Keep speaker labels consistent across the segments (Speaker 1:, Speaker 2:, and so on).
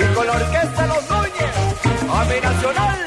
Speaker 1: y con la orquesta Los Núñez, a mi nacional.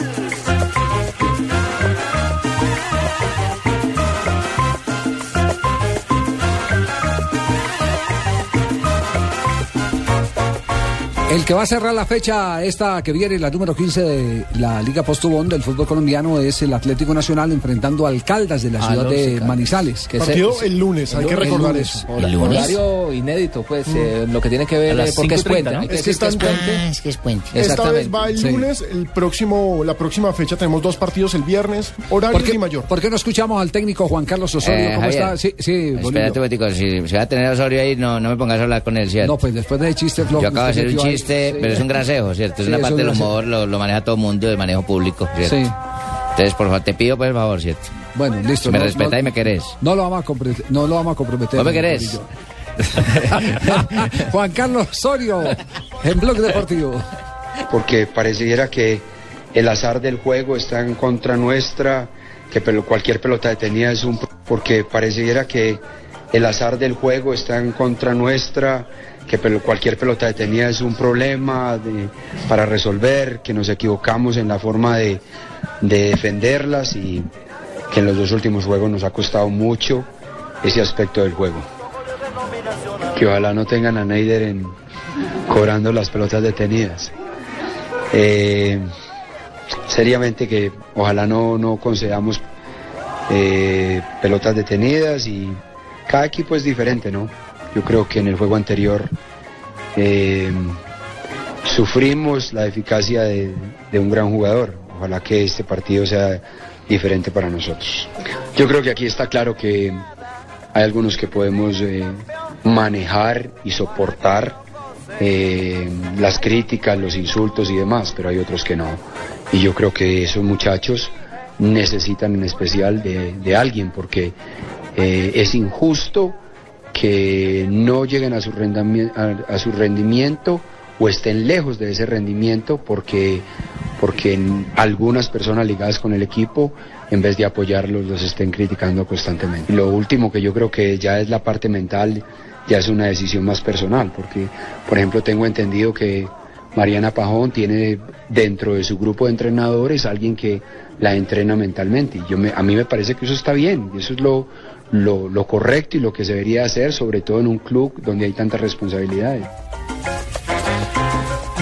Speaker 2: El que va a cerrar la fecha esta que viene, la número 15 de la Liga Postobón del fútbol colombiano, es el Atlético Nacional enfrentando al Caldas de la ciudad de Manizales.
Speaker 3: Que Partido el lunes, hay que recordar eso.
Speaker 2: El
Speaker 4: Hola,
Speaker 2: lunes.
Speaker 4: Horario inédito, pues,
Speaker 2: Mm.
Speaker 4: eh, lo que tiene que
Speaker 5: A
Speaker 4: ver
Speaker 5: las
Speaker 4: eh, porque es
Speaker 5: 5:30,
Speaker 4: puente.
Speaker 5: ¿no?
Speaker 4: Hay que
Speaker 3: Es que
Speaker 4: decir que es
Speaker 3: están-
Speaker 4: puente.
Speaker 5: Ah,
Speaker 6: Eh,
Speaker 5: es que es puente.
Speaker 3: Esta vez va el
Speaker 2: sí.
Speaker 3: lunes, el próximo, la próxima fecha tenemos dos partidos el viernes, horario
Speaker 2: ¿Por qué,
Speaker 3: y mayor.
Speaker 2: por qué no escuchamos al técnico Juan Carlos Osorio?
Speaker 5: Eh,
Speaker 2: ¿Cómo
Speaker 5: Javier,
Speaker 2: está? Sí, sí, Bolillo.
Speaker 5: Espérate, Botico, si se va a tener a Osorio ahí, no, no me pongas a hablar con él, ¿cierto?
Speaker 2: No, pues después de chiste flojo.
Speaker 5: Yo acabo de
Speaker 2: usted
Speaker 5: hacer un
Speaker 2: metió ahí,
Speaker 5: chiste,
Speaker 2: sí.
Speaker 5: pero es un grasejo, ¿cierto? Es
Speaker 2: Sí,
Speaker 5: una
Speaker 2: es
Speaker 5: parte
Speaker 2: un
Speaker 5: del
Speaker 2: gracejo.
Speaker 5: humor, lo, lo maneja todo el mundo de manejo público, ¿cierto?
Speaker 2: Sí.
Speaker 5: Entonces, por favor, te pido, pues, favor, ¿cierto?
Speaker 2: Bueno, listo.
Speaker 5: Si me respetas y me querés.
Speaker 2: No lo vamos a comprometer. No lo vamos a comprometer.
Speaker 5: ¿No me querés?
Speaker 2: Bolillo. Juan Carlos Osorio, en Blog Deportivo.
Speaker 7: porque pareciera que el azar del juego está en contra nuestra, que pelo- cualquier pelota detenida es un... porque pareciera que el azar del juego está en contra nuestra, que pelo- cualquier pelota detenida es un problema de- para resolver, que nos equivocamos en la forma de, de defenderlas y que en los dos últimos juegos nos ha costado mucho ese aspecto del juego. Que ojalá no tengan a Neider en, cobrando las pelotas detenidas. Eh, seriamente que ojalá no, no concedamos eh, pelotas detenidas y cada equipo es diferente, ¿no? Yo creo que en el juego anterior eh, sufrimos la eficacia de, de un gran jugador. Ojalá que este partido sea diferente para nosotros. Yo creo que aquí está claro que hay algunos que podemos eh, manejar y soportar eh, las críticas, los insultos y demás, pero hay otros que no. Y yo creo que esos muchachos necesitan en especial de, de alguien porque eh, es injusto que no lleguen a su, rendami- a- a su rendimiento o estén lejos de ese rendimiento porque, porque en algunas personas ligadas con el equipo, en vez de apoyarlos, los estén criticando constantemente. Lo último que yo creo que ya es la parte mental, ya es una decisión más personal, porque, por ejemplo, tengo entendido que Mariana Pajón tiene dentro de su grupo de entrenadores alguien que la entrena mentalmente. Y yo me- a mí me parece que eso está bien, y eso es lo, lo, lo correcto y lo que se debería hacer, sobre todo en un club donde hay tantas responsabilidades.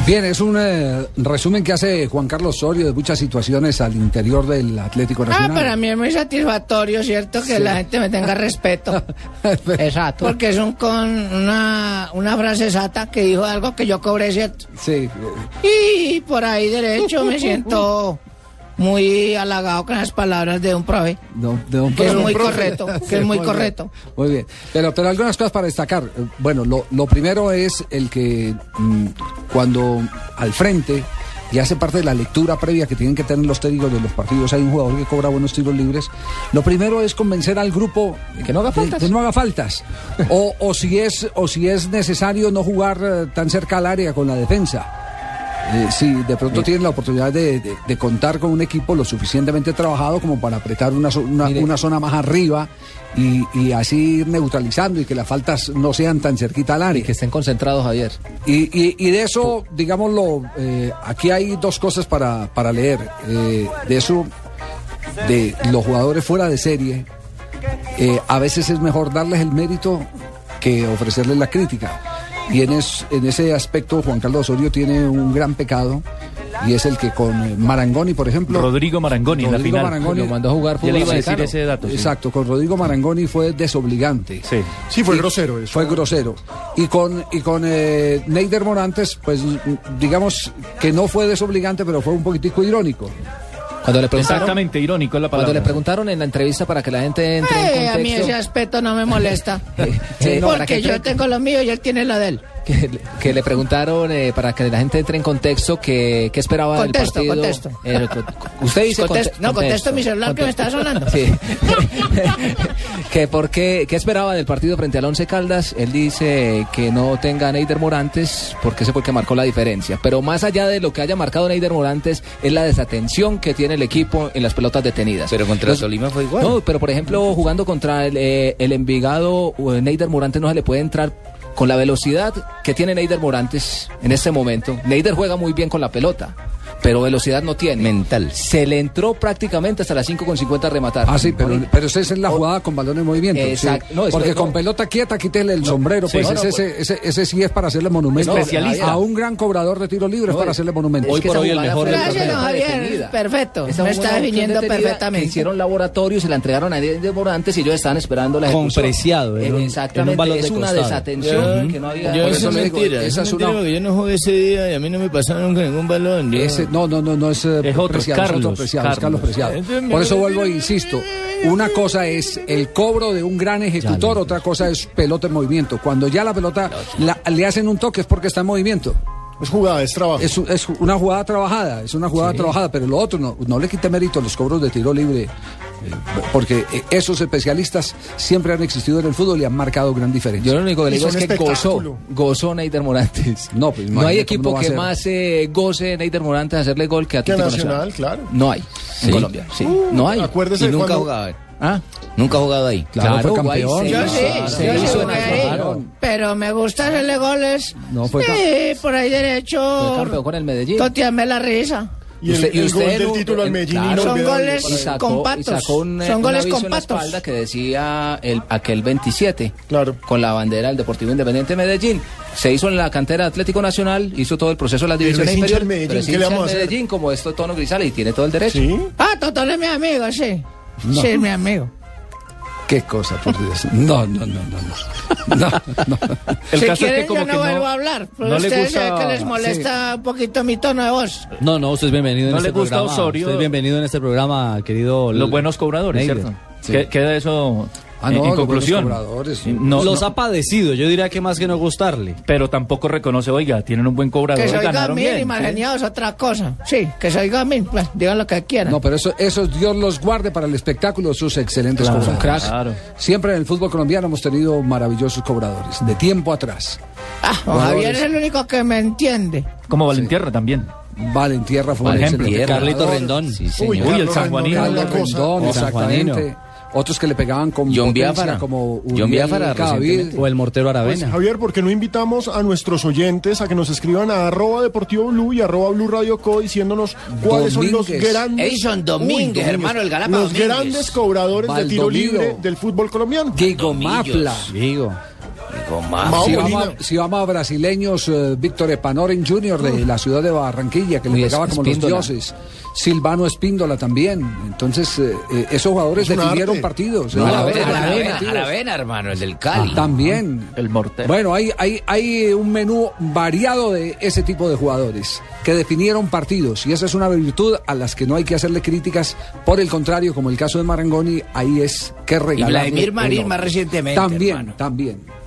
Speaker 2: Bien, es un eh, resumen que hace Juan Carlos Osorio de muchas situaciones al interior del Atlético
Speaker 6: Ah,
Speaker 2: Nacional.
Speaker 6: para mí es muy satisfactorio, ¿cierto? Que la gente me tenga respeto.
Speaker 4: Exacto.
Speaker 6: Porque es un con una, una frase sata que dijo algo que yo cobré, ¿cierto?
Speaker 2: Sí, eh,
Speaker 6: Y por ahí derecho me siento muy halagado con las palabras de un profe.
Speaker 2: no, no,
Speaker 6: Que es
Speaker 2: pero-
Speaker 6: muy correcto, que es muy correcto.
Speaker 2: bien, Muy bien, pero, pero algunas cosas para destacar. Eh, Bueno, lo, lo primero es el que mm, cuando al frente y hace parte de la lectura previa que tienen que tener los técnicos de los partidos, hay un jugador que cobra buenos tiros libres, lo primero es convencer al grupo de que no haga faltas. no haga faltas. o, o, si es, o si es necesario no jugar eh, tan cerca al área con la defensa. Eh, sí, de pronto tienen la oportunidad de, de- de contar con un equipo lo suficientemente trabajado como para apretar una, zo- una, una zona más arriba y, y así ir neutralizando y que las faltas no sean tan cerquita al área.
Speaker 4: Que estén concentrados, Javier.
Speaker 2: Y, y- y de eso, digámoslo, eh, aquí hay dos cosas para, para leer. Eh, de eso, de los jugadores fuera de serie, eh, a veces es mejor darles el mérito que ofrecerles la crítica. Y en, es- en ese aspecto, Juan Carlos Osorio tiene un gran pecado, y es el que con eh, Marangoni, por ejemplo.
Speaker 5: Rodrigo Marangoni
Speaker 2: en la Rodrigo final. Marangoni.
Speaker 4: Lo mandó a jugar
Speaker 5: Ya
Speaker 4: fútbol
Speaker 5: le iba a decir
Speaker 4: americano.
Speaker 5: ese dato. sí.
Speaker 2: Exacto, con Rodrigo Marangoni fue desobligante.
Speaker 5: Sí.
Speaker 3: Sí, fue grosero eso.
Speaker 2: Fue grosero. Y con, y con eh, Neider Morantes, pues digamos que no fue desobligante, pero fue un poquitico irónico.
Speaker 4: Cuando le preguntaron,
Speaker 8: Exactamente, irónico es la
Speaker 4: cuando le
Speaker 8: palabra.
Speaker 4: preguntaron en la entrevista para que la gente entre
Speaker 6: Eh,
Speaker 4: en
Speaker 6: a mí ese
Speaker 4: contexto,
Speaker 6: aspecto no me molesta.
Speaker 4: Sí, no, para
Speaker 6: porque
Speaker 4: que
Speaker 6: yo
Speaker 4: entre-
Speaker 6: tengo lo mío y él tiene lo de él.
Speaker 4: que, le- que le preguntaron eh, para que la gente entre en contexto que, que esperaba
Speaker 6: Contesto,
Speaker 4: del partido.
Speaker 6: contesto.
Speaker 4: Eh, co- usted dice
Speaker 6: Contesto-
Speaker 4: conte-
Speaker 6: no, contesto mi celular que me está sonando.
Speaker 4: Sí. que por qué, qué esperaba del partido frente al Once Caldas, él dice que no tenga Neider Morantes porque ese fue el que marcó la diferencia. Pero más allá de lo que haya marcado Neider Morantes es la desatención que tiene el equipo en las pelotas detenidas.
Speaker 5: Pero contra
Speaker 4: Los-
Speaker 5: Tolima fue igual.
Speaker 4: No, pero por ejemplo jugando contra el, eh, el Envigado, eh, Neider Morantes no se le puede entrar con la velocidad que tiene Neider Morantes en este momento. Neider juega muy bien con la pelota. Pero velocidad no tiene.
Speaker 5: Mental.
Speaker 4: Se le entró prácticamente hasta las 5.50 a rematar.
Speaker 2: Ah, sí, pero, pero esa es la jugada con balón en movimiento. sí.
Speaker 4: Exacto. No, es-
Speaker 2: Porque
Speaker 4: no.
Speaker 2: con pelota quieta, quítele el sombrero.
Speaker 8: Sí,
Speaker 2: Pues
Speaker 8: no, no,
Speaker 2: ese, ese, ese, ese sí es para hacerle monumento.
Speaker 8: Especialista.
Speaker 2: A un gran cobrador de tiros libres
Speaker 4: No,
Speaker 2: para
Speaker 4: es-
Speaker 2: hacerle monumento.
Speaker 8: Hoy por hoy el mejor del
Speaker 6: Gracias,
Speaker 8: torneo.
Speaker 6: don Javier.
Speaker 4: Detenida.
Speaker 6: Perfecto.
Speaker 4: Esa
Speaker 6: Me
Speaker 4: fue
Speaker 6: está
Speaker 4: una opción
Speaker 6: definiendo
Speaker 4: detenida
Speaker 6: perfectamente.
Speaker 4: que hicieron laboratorios, se la entregaron a Neider Morantes y ellos estaban esperando la
Speaker 8: Con
Speaker 4: ejecución.
Speaker 8: preciado, en
Speaker 4: Eh,
Speaker 8: un- en un
Speaker 4: Exactamente.
Speaker 8: balón de
Speaker 4: es una
Speaker 8: costado.
Speaker 4: desatención
Speaker 9: Yo-
Speaker 4: que no había.
Speaker 9: Yo
Speaker 2: Por
Speaker 9: eso
Speaker 2: eso
Speaker 9: es
Speaker 2: le digo,
Speaker 9: mentira,
Speaker 2: esa
Speaker 9: esa
Speaker 2: es
Speaker 9: es
Speaker 2: una-
Speaker 9: mentira porque yo no jugué ese día y a mí no me pasaron nunca ningún balón. yo-
Speaker 2: Ese- no, no, no, no Ah. es, eh,
Speaker 8: Es otro,
Speaker 2: Preciado, es otro
Speaker 8: Carlos,
Speaker 2: Preciado, es Carlos
Speaker 8: Carlos.
Speaker 2: Preciado. Por eso vuelvo e insisto. Una cosa es el cobro de un gran ejecutor, otra cosa es pelota en movimiento. Cuando ya la pelota la- le hacen un toque es porque está en movimiento.
Speaker 3: Es jugada, es trabajo.
Speaker 2: Es, es una jugada trabajada, es una jugada trabajada, pero lo otro no, no le quite mérito a los cobros de tiro libre, eh, porque eh, esos especialistas siempre han existido en el fútbol y han marcado gran diferencia.
Speaker 4: Yo lo único que le
Speaker 3: Y
Speaker 4: digo
Speaker 3: son
Speaker 4: es que
Speaker 3: espectáculo.
Speaker 4: gozó, gozó Neider Morantes.
Speaker 2: No, pues,
Speaker 4: no hay
Speaker 2: imagínate cómo
Speaker 4: equipo
Speaker 2: va a
Speaker 4: que
Speaker 2: ser.
Speaker 4: más eh, goce Neider Morantes hacerle gol que Atlético
Speaker 3: Nacional,
Speaker 4: Nacional.
Speaker 3: claro.
Speaker 4: No hay en Colombia, sí.
Speaker 3: Uh,
Speaker 4: no hay.
Speaker 3: Acuérdese
Speaker 5: y nunca
Speaker 3: cuando-
Speaker 5: jugaba ahí.
Speaker 4: Ah,
Speaker 5: Nunca ha jugado ahí.
Speaker 2: Claro, fue
Speaker 4: guay,
Speaker 2: campeón.
Speaker 4: se
Speaker 6: Yo
Speaker 4: hizo-
Speaker 6: sí,
Speaker 4: se
Speaker 6: yo sí
Speaker 4: hizo
Speaker 6: jugué
Speaker 4: en-
Speaker 6: ahí,
Speaker 4: claro.
Speaker 6: pero me gusta hacerle goles.
Speaker 2: No, fue ca-
Speaker 6: sí, por ahí derecho.
Speaker 4: Fue campeón con el Medellín.
Speaker 6: Toteame la risa.
Speaker 3: Y el,
Speaker 4: Usted-
Speaker 3: el
Speaker 4: usted
Speaker 3: gol del
Speaker 4: no-
Speaker 3: título al
Speaker 4: en-
Speaker 3: Medellín
Speaker 4: claro.
Speaker 6: Son
Speaker 3: inolvidable
Speaker 6: goles
Speaker 3: para él.
Speaker 6: con
Speaker 4: y
Speaker 6: patos.
Speaker 4: sacó un, eh,
Speaker 6: Son
Speaker 4: un
Speaker 6: goles
Speaker 4: aviso
Speaker 6: con
Speaker 4: en la
Speaker 6: patos.
Speaker 4: espalda que decía el, aquel 27.
Speaker 3: Claro.
Speaker 4: Con la bandera del Deportivo Independiente de Medellín. Se hizo en la cantera Atlético Nacional, hizo todo el proceso de las
Speaker 3: Pero
Speaker 4: divisiones
Speaker 3: es hincha del
Speaker 4: inferiores.
Speaker 3: Medellín,
Speaker 4: pero es
Speaker 3: ¿qué le
Speaker 4: hincha
Speaker 3: vamos a
Speaker 4: del
Speaker 3: hacer?
Speaker 4: Medellín, como esto Tono Grisales, y tiene todo el derecho.
Speaker 3: Sí.
Speaker 6: Ah, Totón es mi amigo, sí. Sí, es mi amigo.
Speaker 2: Qué cosa, por Dios. No, no, no, no, no. No, no.
Speaker 8: El
Speaker 6: si
Speaker 8: caso es
Speaker 6: quieren,
Speaker 8: que como
Speaker 6: yo no
Speaker 8: que
Speaker 6: vuelvo
Speaker 8: no,
Speaker 6: a hablar. porque
Speaker 8: no le
Speaker 6: ustedes saben
Speaker 8: gusta-
Speaker 6: que les molesta un poquito mi tono de voz.
Speaker 9: No, no, usted es bienvenido en
Speaker 8: No le
Speaker 9: este
Speaker 8: gusta
Speaker 9: programa.
Speaker 8: Osorio.
Speaker 9: Usted es bienvenido en este programa, querido.
Speaker 8: los buenos cobradores,
Speaker 9: Neider.
Speaker 8: ¿cierto?
Speaker 9: Sí.
Speaker 8: Que- Queda eso
Speaker 2: Ah,
Speaker 8: en-
Speaker 2: no,
Speaker 8: en,
Speaker 2: los buenos
Speaker 8: conclusión.
Speaker 2: cobradores.
Speaker 8: No,
Speaker 9: los
Speaker 8: no,
Speaker 9: ha padecido, yo diría que más que no gustarle.
Speaker 8: pero tampoco reconoce, oiga, tienen un buen cobrador,
Speaker 6: Que soy
Speaker 8: ganaron
Speaker 6: gamín y
Speaker 8: bien.
Speaker 6: mal
Speaker 8: ¿sí?
Speaker 6: geniado es otra cosa. Sí, que soy gamín. Pues, digan lo que quieran.
Speaker 2: No, pero eso, esos Dios los guarde para el espectáculo, sus excelentes
Speaker 8: Claro,
Speaker 2: cobradores.
Speaker 8: claro.
Speaker 2: Siempre en el fútbol colombiano hemos tenido maravillosos cobradores, de tiempo atrás.
Speaker 6: ah, don Javier es el único que me entiende.
Speaker 8: Como Valentierra también.
Speaker 2: Valentierra fue
Speaker 8: Por
Speaker 2: un
Speaker 8: ejemplo,
Speaker 2: excelente
Speaker 9: Carlito
Speaker 2: cobrador.
Speaker 9: Rendón.
Speaker 5: Sí, señor.
Speaker 8: Uy, el San Juanino.
Speaker 2: Carlos
Speaker 3: Una cosa.
Speaker 2: Rendón,
Speaker 9: O San
Speaker 2: exactamente.
Speaker 9: Juanino.
Speaker 2: Otros que le pegaban con
Speaker 5: John
Speaker 2: potencia,
Speaker 5: Biafara.
Speaker 2: como
Speaker 5: John
Speaker 2: Uriel
Speaker 5: Biafara,
Speaker 2: Cadavid.
Speaker 5: recientemente.
Speaker 9: O el mortero
Speaker 3: Pues,
Speaker 9: Aravena.
Speaker 3: Javier, ¿por qué no invitamos a nuestros oyentes a que nos escriban a arroba deportivo blue y arroba blue radio co diciéndonos cuáles son los
Speaker 2: Domínguez.
Speaker 3: grandes...
Speaker 5: Edison Domínguez, hermano del Galapa
Speaker 3: Los
Speaker 5: Domínguez.
Speaker 3: grandes cobradores
Speaker 2: Valdomiro.
Speaker 3: de tiro libre del fútbol colombiano.
Speaker 2: Diego
Speaker 5: Domillos.
Speaker 2: Mafla.
Speaker 9: Digo.
Speaker 5: Goma.
Speaker 3: Mao
Speaker 2: Si
Speaker 3: Molina.
Speaker 2: vamos, a, si vamos a brasileños, eh, Víctor Epanoren Jr. de la ciudad de Barranquilla, que le
Speaker 4: Luis
Speaker 2: pegaba como
Speaker 4: Espíndola.
Speaker 2: los dioses. Silvano Espíndola también. Entonces, eh, eh, esos jugadores
Speaker 3: Es un
Speaker 2: definieron
Speaker 3: arte.
Speaker 2: partidos.
Speaker 5: No, Aravena,
Speaker 2: esos jugadores
Speaker 5: Aravena,
Speaker 2: definieron partidos.
Speaker 5: Aravena, hermano, el del Cali.
Speaker 2: También.
Speaker 8: El mortero.
Speaker 2: Bueno, hay, hay, hay un menú variado de ese tipo de jugadores que definieron partidos y esa es una virtud a las que no hay que hacerle críticas. Por el contrario, como el caso de Marangoni, ahí es que regalar.
Speaker 5: Vladimir Marín más recientemente,
Speaker 2: También,
Speaker 5: hermano.
Speaker 2: también.